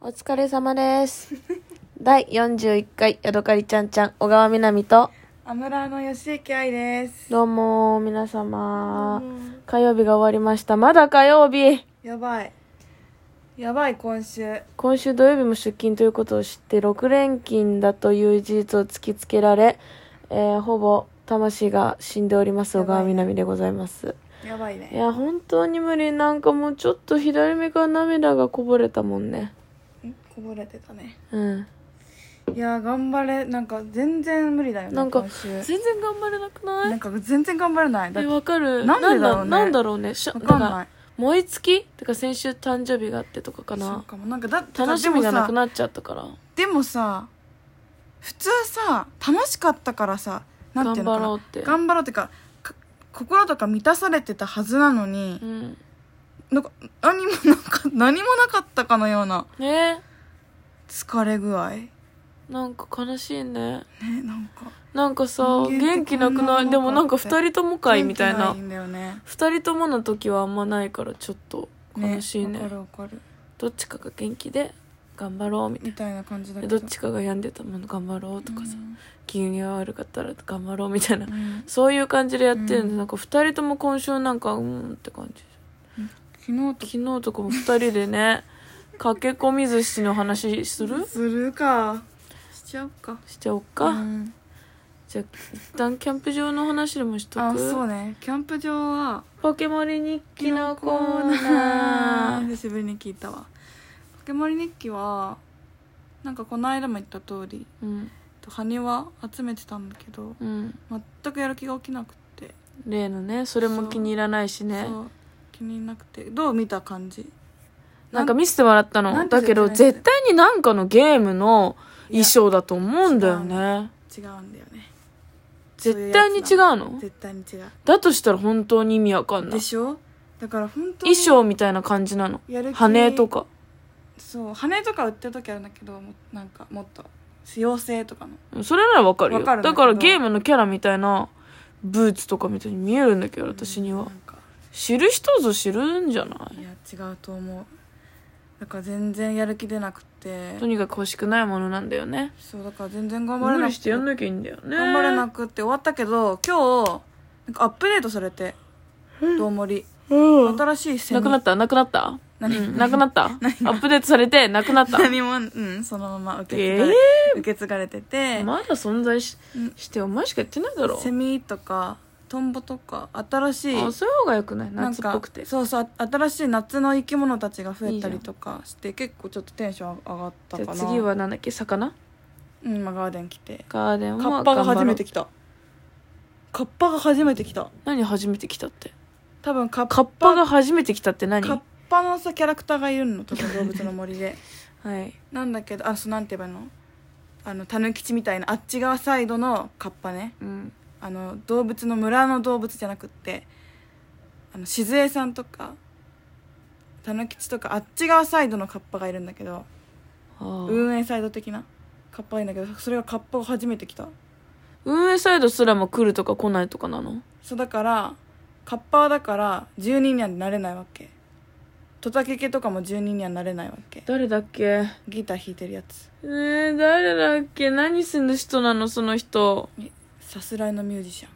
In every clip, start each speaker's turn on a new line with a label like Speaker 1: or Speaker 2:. Speaker 1: お疲れ様です。第41回、ヤドカリちゃんちゃん、小川みなみと、
Speaker 2: アムラーの吉行愛です。
Speaker 1: どうもー皆様
Speaker 2: どうも。
Speaker 1: 火曜日が終わりました。まだ火曜日
Speaker 2: やばい。やばい、今週。
Speaker 1: 今週土曜日も出勤ということを知って、6連勤だという事実を突きつけられ、えーほぼ魂が死んでおります、小
Speaker 2: やばい
Speaker 1: 川みなみでございます。
Speaker 2: やばい
Speaker 1: い
Speaker 2: ね。
Speaker 1: や、本当に無理。なんかもうちょっと左目から涙がこぼれたもんね。
Speaker 2: んこぼれてたね。
Speaker 1: うん。
Speaker 2: いやー、頑張れ。なんか、全然無理だよね。
Speaker 1: なんか
Speaker 2: 今、週
Speaker 1: 全然頑張れなくない
Speaker 2: なんか、全然頑張れない。だっ
Speaker 1: え
Speaker 2: て、
Speaker 1: わかる
Speaker 2: なんでだろうね
Speaker 1: なんだろうねしょ
Speaker 2: わかん
Speaker 1: だら
Speaker 2: ない。
Speaker 1: 燃え尽きてか先週誕生日があってとかか
Speaker 2: そう
Speaker 1: な
Speaker 2: かも。なんか、だってさ
Speaker 1: 楽しみがなく
Speaker 2: でもさ
Speaker 1: なっちゃったから
Speaker 2: でもさ、普通さ、楽しかったからさ、なんていうのかな。
Speaker 1: 頑張ろうって
Speaker 2: 頑張ろうってか、か心とか満たされてたはずなのに
Speaker 1: う、ん
Speaker 2: なんか、何もなか、何もなかったかのような
Speaker 1: ね
Speaker 2: 疲れ具合。ね、
Speaker 1: なんか悲しいね
Speaker 2: なんか。
Speaker 1: なんかさ
Speaker 2: 人間
Speaker 1: 元
Speaker 2: って
Speaker 1: 気なくない
Speaker 2: こんなもんか
Speaker 1: でもなんか
Speaker 2: って
Speaker 1: 2人ともかいみたい
Speaker 2: 元
Speaker 1: な
Speaker 2: 気いんだよね
Speaker 1: 2人ともの時はあんまないからちょっと悲しいね
Speaker 2: わかるわかる
Speaker 1: どっちかが元気で頑張ろうみたい
Speaker 2: みたいな感じだ
Speaker 1: な
Speaker 2: け
Speaker 1: ど
Speaker 2: ど
Speaker 1: っちかが病んでたもの頑張ろうとかさ
Speaker 2: うん
Speaker 1: 機嫌が悪かったら頑張ろうみたいな
Speaker 2: うん
Speaker 1: そういう感じでやってるんで、
Speaker 2: うん
Speaker 1: なんか2人とも今週なんかうーんって感じ
Speaker 2: 昨日
Speaker 1: 昨日とかも2人で ね駆け込み寿司の話する
Speaker 2: とするかしちゃおうか
Speaker 1: しちゃおうか、
Speaker 2: うん
Speaker 1: じゃあ一旦キャンプ場の話でもしと
Speaker 2: あそう
Speaker 1: く
Speaker 2: ねキャンプ場は
Speaker 1: ポケモリ日記のコーナー
Speaker 2: 久しぶりに聞いたわ「ポケモリ日記は」なんかこの間も言った通り
Speaker 1: うん
Speaker 2: 埴輪集めてたんだけど
Speaker 1: うん
Speaker 2: 全くやる気が起きなくて、
Speaker 1: 例のねそれも気に入らないしね
Speaker 2: そう気になくてどう見た感じ
Speaker 1: なんか見せてもらった
Speaker 2: な
Speaker 1: の
Speaker 2: んて説明
Speaker 1: だけど
Speaker 2: して
Speaker 1: 絶対になんかのゲームの
Speaker 2: い
Speaker 1: 衣
Speaker 2: や
Speaker 1: 装だと思うんだよ
Speaker 2: い
Speaker 1: ね
Speaker 2: 違うんだよねそういう
Speaker 1: 絶
Speaker 2: やつ
Speaker 1: 対
Speaker 2: な
Speaker 1: に違うの
Speaker 2: 絶対に違う
Speaker 1: だとしたら本当に意味わかんな
Speaker 2: で
Speaker 1: い
Speaker 2: しょだから本当
Speaker 1: 衣
Speaker 2: に
Speaker 1: 装みたいな感じなの
Speaker 2: やる気
Speaker 1: 羽とか
Speaker 2: そう羽とか売ってる時あるんだけどもなんかもっと妖精とかの
Speaker 1: それならわかるよ
Speaker 2: わかるんだ
Speaker 1: だ
Speaker 2: け
Speaker 1: か
Speaker 2: ど
Speaker 1: らゲームのキャラみたいなブーツとかみたいに見えるんだけど私には
Speaker 2: なんか
Speaker 1: 知る人ぞ知るんじゃない
Speaker 2: いや違うと思うだから全然やる気出なくて
Speaker 1: とにかく欲しくないものなんだよね
Speaker 2: そうだから全然頑張れ
Speaker 1: 無
Speaker 2: な
Speaker 1: 理
Speaker 2: く
Speaker 1: してやんなきゃいいんだよね
Speaker 2: 頑張れなくて終わったけど今日なんかアップデートされてどうもり
Speaker 1: うん
Speaker 2: 新しいセ
Speaker 1: なくなったなくなった
Speaker 2: 何
Speaker 1: うんなくなったアップデートされてなくなった
Speaker 2: 何もうんそのまま受け継がれ,、受け継がれてて
Speaker 1: まだ存在し
Speaker 2: うん
Speaker 1: してお前しかやってないだろ
Speaker 2: セミとかトンボとか新しい
Speaker 1: あそういう方がよくない
Speaker 2: なん
Speaker 1: 夏っ
Speaker 2: か
Speaker 1: ぽくて
Speaker 2: そうそう新しい夏の生き物たちが増えたりとかして結構ちょっとテンション上がった
Speaker 1: じ
Speaker 2: か
Speaker 1: ゃあ
Speaker 2: な
Speaker 1: 次はなんだっけ魚
Speaker 2: うん今ガーデン来て
Speaker 1: ガーデン
Speaker 2: カ
Speaker 1: は
Speaker 2: ッパ
Speaker 1: 頑張
Speaker 2: が
Speaker 1: ろう
Speaker 2: 初めて来たカッパが初めて来た
Speaker 1: 何初めて来たって
Speaker 2: 多分カッパ
Speaker 1: カッパが初めて来たって何
Speaker 2: カッパのさキャラクターがいるの多分動物の 森で
Speaker 1: はい
Speaker 2: なんだけどあそうなんて言えばいいのあのタヌキチみたいなあっち側サイドのカッパね
Speaker 1: うん
Speaker 2: あの動物の村の動物じゃなくってあの静江さんとかタヌキチとかあっち側サイドのカッパがいるんだけど
Speaker 1: あー
Speaker 2: 運営サイド的なカッパがいいんだけどそれがカッパを初めて来た
Speaker 1: 運営サイドすらも来るとか来ないとかなの
Speaker 2: そうだからカッパはだから住人にはなれないわけトタケケとかも住人にはなれないわけ
Speaker 1: 誰だっけ
Speaker 2: ギター弾いてるやつ
Speaker 1: えー、誰だっけ何する人なのその人
Speaker 2: えさすらいのミュージシャン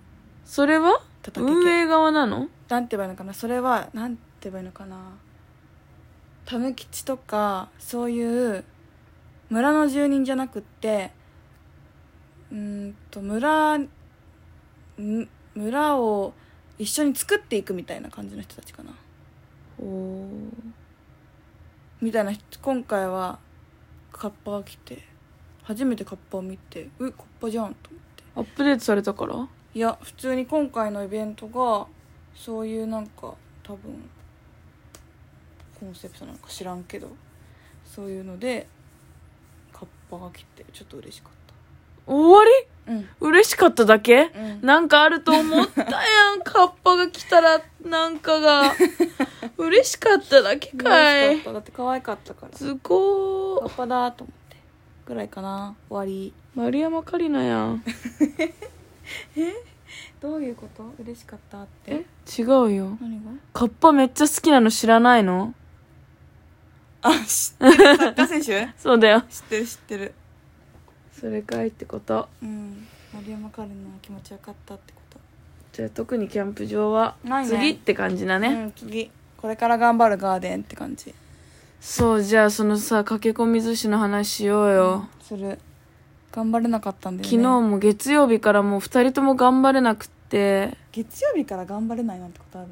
Speaker 1: それは
Speaker 2: トタケケ
Speaker 1: 運営側なの
Speaker 2: なんて言えばいいのかなそれはなんて言えばいいのかなタヌキチとかそういう村の住人じゃなくってうーんと村ん村を一緒に作っていくみたいな感じの人たちかな
Speaker 1: おー
Speaker 2: みたいな人今回はカッパが来て初めてカッパを見て「うカッパじゃん」と思って
Speaker 1: アップデートされたから
Speaker 2: いや普通に今回のイベントがそういうなんか多分コンセプトなんか知らんけどそういうのでカッパが来てちょっと嬉しかっ
Speaker 1: 終わり
Speaker 2: たうん
Speaker 1: 嬉しかっただけ
Speaker 2: うん
Speaker 1: なんかあると思ったや んカッパが来たらなんかが嬉しかっただけか
Speaker 2: 嬉しかっ
Speaker 1: い
Speaker 2: ただって可愛かったから
Speaker 1: す
Speaker 2: カ
Speaker 1: ごー
Speaker 2: ッパだと思ってぐらいかな終わり
Speaker 1: 丸山桂里奈やん
Speaker 2: どういうこと嬉しかったって
Speaker 1: え違うよ
Speaker 2: 何が
Speaker 1: カッパめっちゃ好きなの知らないの
Speaker 2: あ知ってるサ ッカー選手
Speaker 1: そうだよ。
Speaker 2: 知ってる知ってる
Speaker 1: それかいってこと。
Speaker 2: うん丸山カレンの気持ちよかったってこと
Speaker 1: じゃあ特にキャンプ場は
Speaker 2: ないね
Speaker 1: 次って感じだね。
Speaker 2: うん次これから頑張るガーデンって感じ
Speaker 1: そう、じゃあそのさ、駆け込み寿司の話しようよ。
Speaker 2: する頑張れなかったんだよね
Speaker 1: 昨日も月曜日からもう二人とも頑張れなくって、
Speaker 2: 月曜日から頑張れないなんてことある、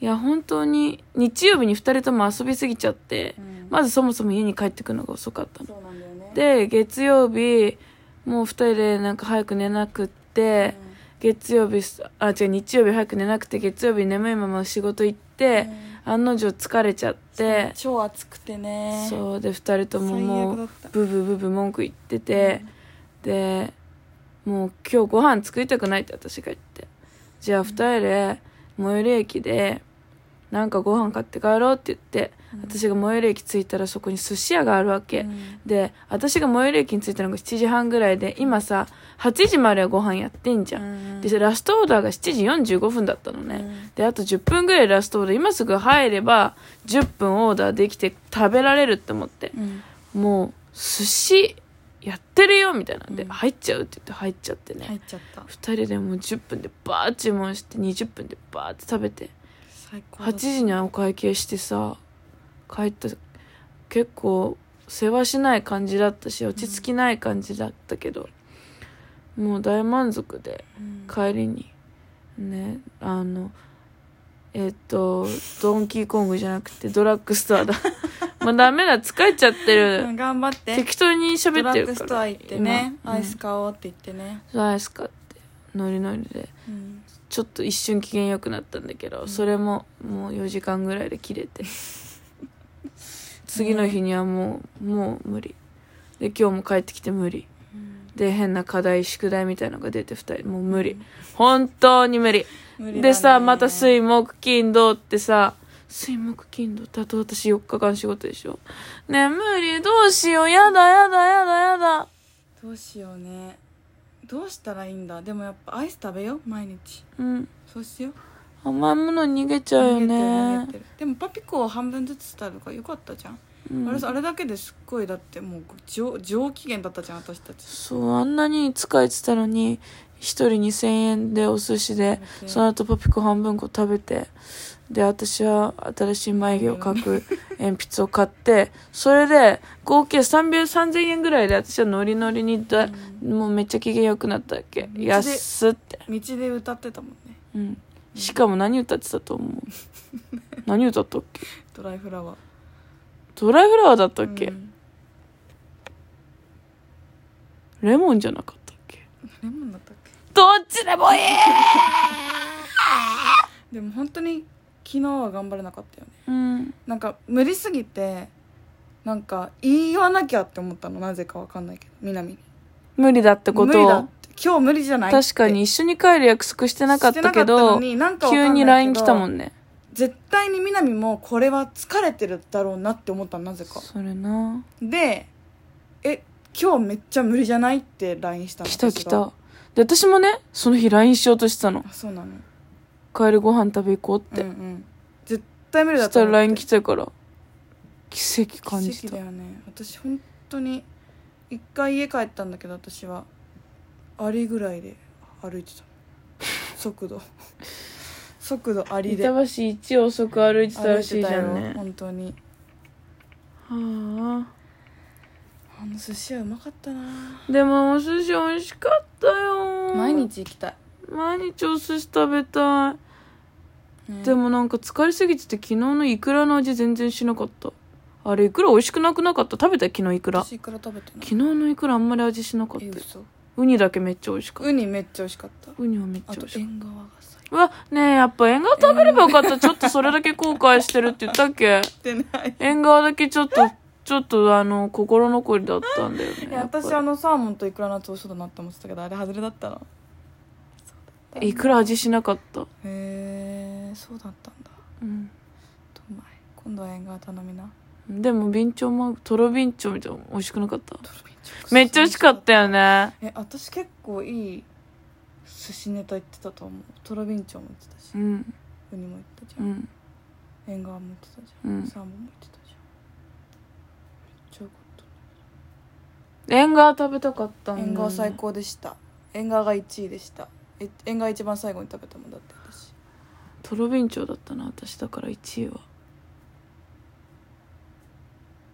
Speaker 1: いや本当に日曜日に二人とも遊びすぎちゃって、まずそもそも家に帰ってくるのが遅かったの。
Speaker 2: そうなんだよね、
Speaker 1: で月曜日もう2人でなんか早く寝なくって、月曜日すあ違う日曜日早く寝なくて月曜日眠いまま仕事行って、案の定疲れちゃって、
Speaker 2: 超暑くてね
Speaker 1: そうで2人ともも
Speaker 2: 最悪
Speaker 1: う
Speaker 2: だった
Speaker 1: ブブブブ文句言ってて、でもう今日ご飯作りたくないって私が言ってじゃあ2人で最寄り駅でなんかご飯買って帰ろうって言って、
Speaker 2: うん
Speaker 1: 私が最寄り駅着いたらそこに寿司屋があるわけ、
Speaker 2: うん
Speaker 1: で私が最寄り駅に着いたのが7時半ぐらいで今さ8時まではご飯やってんじゃん、
Speaker 2: うん
Speaker 1: でラストオーダーが7時45分だったのね、
Speaker 2: うん
Speaker 1: であと10分ぐらいラストオーダー今すぐ入れば10分オーダーできて食べられるって思って
Speaker 2: うん
Speaker 1: もう寿司やってるよみたいなんで、
Speaker 2: うん
Speaker 1: 入っちゃうって言って入っちゃってね、
Speaker 2: 入っちゃった
Speaker 1: 2人でもう10分でバーッ注文して20分でバーって食べて
Speaker 2: 最高だ
Speaker 1: 8時にはお会計してさ帰った結構世話しない感じだったし落ち着きない感じだったけど、もう大満足で
Speaker 2: うん
Speaker 1: 帰りにねあのえっとドンキーコングじゃなくてドラッグストアだ まあダメだ疲れちゃってる、
Speaker 2: うん頑張って
Speaker 1: 適当に
Speaker 2: ド
Speaker 1: 喋っ
Speaker 2: ラ
Speaker 1: て
Speaker 2: ッ
Speaker 1: るか
Speaker 2: グ
Speaker 1: ら
Speaker 2: ストア行ってね
Speaker 1: 今
Speaker 2: アイス
Speaker 1: うん
Speaker 2: 買おうって言ってね、
Speaker 1: そうアイス買ってノリノリで
Speaker 2: うん
Speaker 1: ちょっと一瞬機嫌良くなったんだけど、
Speaker 2: うん
Speaker 1: それももう4時間ぐらいで切れ て次の日にはもうもう無理で今日も帰ってきて無理で変な課題宿題みたいのが出て2人もう無理本当に無理
Speaker 2: 無理だね
Speaker 1: でさまた水木金土ってさ水木金土ってあと私4日間仕事でしょねえ無理どうしようやだやだやだやだ
Speaker 2: どうしようねどうしたらいいんだでもやっぱアイス食べよう毎日
Speaker 1: うん
Speaker 2: そうしよう
Speaker 1: 甘いもの逃げちゃうよ
Speaker 2: 逃
Speaker 1: ね
Speaker 2: げてる逃げてるでもパピコを半分ずつ食べるからよかったじゃん、
Speaker 1: うん
Speaker 2: あれあれだけですっごいだってもう上上機嫌だったじゃん私たち
Speaker 1: そう、あんなに使えてたのに、一人2000円でお寿司で、
Speaker 2: 食べて
Speaker 1: その後パピコ半分こ食べて、で、私は新しい眉毛を描く鉛筆を買って、それで、合計300 3000円ぐらいで私はノリノリにだ、もうめっちゃ機嫌良くなったわけ。
Speaker 2: うん
Speaker 1: 安って。
Speaker 2: 道で歌ってたもんね
Speaker 1: うん。しかも何歌ってたと思う何歌ったっけ
Speaker 2: ドライフラワー
Speaker 1: ドライフラワーだったっけ、
Speaker 2: うん
Speaker 1: レモンじゃなかったっけ
Speaker 2: レモンだったっけ
Speaker 1: どっちでもいい
Speaker 2: でも本当に昨日は頑張れなかったよね
Speaker 1: うん。
Speaker 2: なんか無理すぎてなんか言わなきゃって思ったのなぜかわかんないけど南に
Speaker 1: 無理だってことを
Speaker 2: 無理だって今日無理じゃない
Speaker 1: 確かに一緒に帰る約束してなかったけど、
Speaker 2: してなかったのになんかわかん
Speaker 1: 急
Speaker 2: ないけど
Speaker 1: に LINE 来たもんね。
Speaker 2: 絶対に南もこれは疲れてるだろうなって思ったのなぜか
Speaker 1: それな。
Speaker 2: でえ今日めっちゃ無理じゃないって LINE したの
Speaker 1: 来た
Speaker 2: 私が
Speaker 1: 来た。で、私もね、その日 LINE しようとしてたの。
Speaker 2: あそうなの
Speaker 1: 帰るご飯食べ行こうっ
Speaker 2: うん
Speaker 1: て。
Speaker 2: うん絶対無理
Speaker 1: そ
Speaker 2: だ
Speaker 1: した
Speaker 2: と
Speaker 1: ら
Speaker 2: 思って
Speaker 1: LINE 来たから、奇跡感じ
Speaker 2: 奇跡
Speaker 1: た。
Speaker 2: だよね私本当に一回家帰ったんだけど私はアリぐらいで歩いてた速度速度アリで
Speaker 1: 板橋一遅く歩いてた
Speaker 2: 歩
Speaker 1: ら
Speaker 2: い
Speaker 1: しい
Speaker 2: て
Speaker 1: じ
Speaker 2: た
Speaker 1: ゃん
Speaker 2: よ、
Speaker 1: ね。
Speaker 2: 本当に
Speaker 1: は
Speaker 2: あの寿司はうまかったな
Speaker 1: あ。でもお寿司美味しかったよ。
Speaker 2: 毎。日行きたい、
Speaker 1: 毎日お寿司食べた
Speaker 2: ね
Speaker 1: い。でもなんか疲れすぎてて昨日のイクラの味全然しなかった。あれ、イクラ美味しくなくなかった食べた昨日イクラ。
Speaker 2: 私いくら食べてな
Speaker 1: 昨
Speaker 2: い
Speaker 1: 日のイクラあんまり味しなかった
Speaker 2: え
Speaker 1: よ
Speaker 2: 嘘
Speaker 1: ウニだけめっちゃ美味しかっ
Speaker 2: ウニめっちゃ美味しかった
Speaker 1: たウニはめっちゃ
Speaker 2: あ
Speaker 1: 美
Speaker 2: と
Speaker 1: 味しかっ
Speaker 2: 縁側がさ
Speaker 1: たうわねえやっぱ縁側食べればよかったちょっとそれだけ後悔してるって言ったっけ
Speaker 2: ってない
Speaker 1: 縁側だけちょっとちょっとあの心残りだったんだよね
Speaker 2: いや私
Speaker 1: や
Speaker 2: あ
Speaker 1: っ
Speaker 2: のサーモンとイクラのやつ美味しそうだなって思ってたけどあれ外れだったの
Speaker 1: ぱりいくら味しなかった
Speaker 2: へえそうだったんだ
Speaker 1: うん
Speaker 2: とうまい今度は縁側頼み な
Speaker 1: でもビンチョウもとろビンチョウみたいなの美味しくなかった
Speaker 2: ドルビンチョ
Speaker 1: めっちゃ美味しかったよね
Speaker 2: え私結構いい寿司ネタ言ってたと思うトロビンチョも言ってたし
Speaker 1: うん
Speaker 2: ウニも言ってたじ
Speaker 1: う
Speaker 2: ゃん
Speaker 1: ん
Speaker 2: 縁側も言ってたじ
Speaker 1: う
Speaker 2: ゃん
Speaker 1: ん
Speaker 2: サーモンも言ってたじちょっ
Speaker 1: エンガー食べたかった
Speaker 2: と
Speaker 1: んだ
Speaker 2: 縁
Speaker 1: よ
Speaker 2: 側
Speaker 1: ね
Speaker 2: 最高でした縁側が1位でしたえ縁側一番最後に食べたもんだって私
Speaker 1: トロビンチョウだったな私だから1位は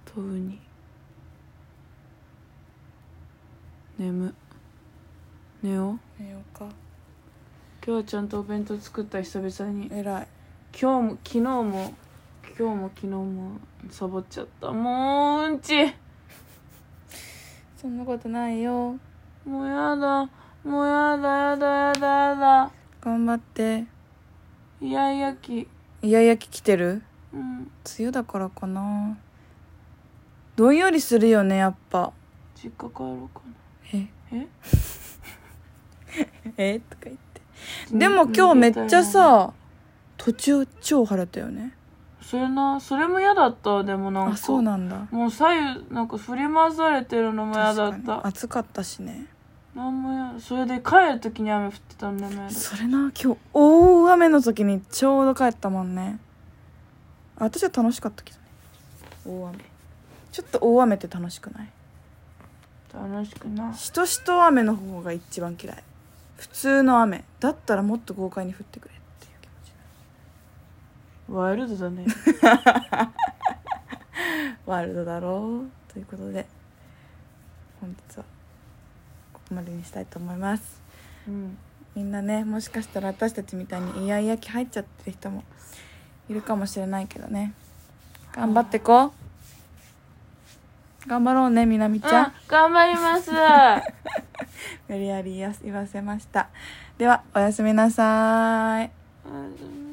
Speaker 1: とウニ眠寝よう
Speaker 2: えようか
Speaker 1: 今日はちゃんとお弁当作った久々に
Speaker 2: えらい
Speaker 1: 今日も昨日も今日も昨日もサボっちゃったもううんち
Speaker 2: そんなことないよ
Speaker 1: もうやだもうやだやだやだやだ
Speaker 2: 頑張って
Speaker 1: イヤイヤ期
Speaker 2: イヤイヤ期来てる
Speaker 1: うん
Speaker 2: 梅雨だからかなどんよりするよねやっぱ
Speaker 1: 実家帰ろうか
Speaker 2: え
Speaker 1: なえ
Speaker 2: えとか言ってでも今日めっちゃさ途中超晴れたよね
Speaker 1: それなそれも嫌だったでもなんか
Speaker 2: あそうなんだ
Speaker 1: もう左右なんか振り回されてるのも嫌だっ
Speaker 2: 確かに
Speaker 1: た
Speaker 2: 暑かったしね
Speaker 1: なんも嫌だそれで帰る時に雨降ってたんだよね
Speaker 2: それな今日大雨の時にちょうど帰ったもんねあ私は楽しかったけどね大雨ちょっと大雨って楽しくない
Speaker 1: 楽しくな
Speaker 2: しとしと雨の方が一番嫌い普通の雨だったらもっと豪快に降ってくれっていう気持ち
Speaker 1: ワイルドだ ね
Speaker 2: ワールドだろうということで本日はここまでにしたいと思います
Speaker 1: うん
Speaker 2: みんなねもしかしたら私たちみたいにイヤイヤ期入っちゃってる人もいるかもしれないけどね頑張ってこう頑張ろうねみなみちゃん
Speaker 1: あ頑張ります お
Speaker 2: 無理やり言わせましたではおやすみなさーい
Speaker 1: やすみ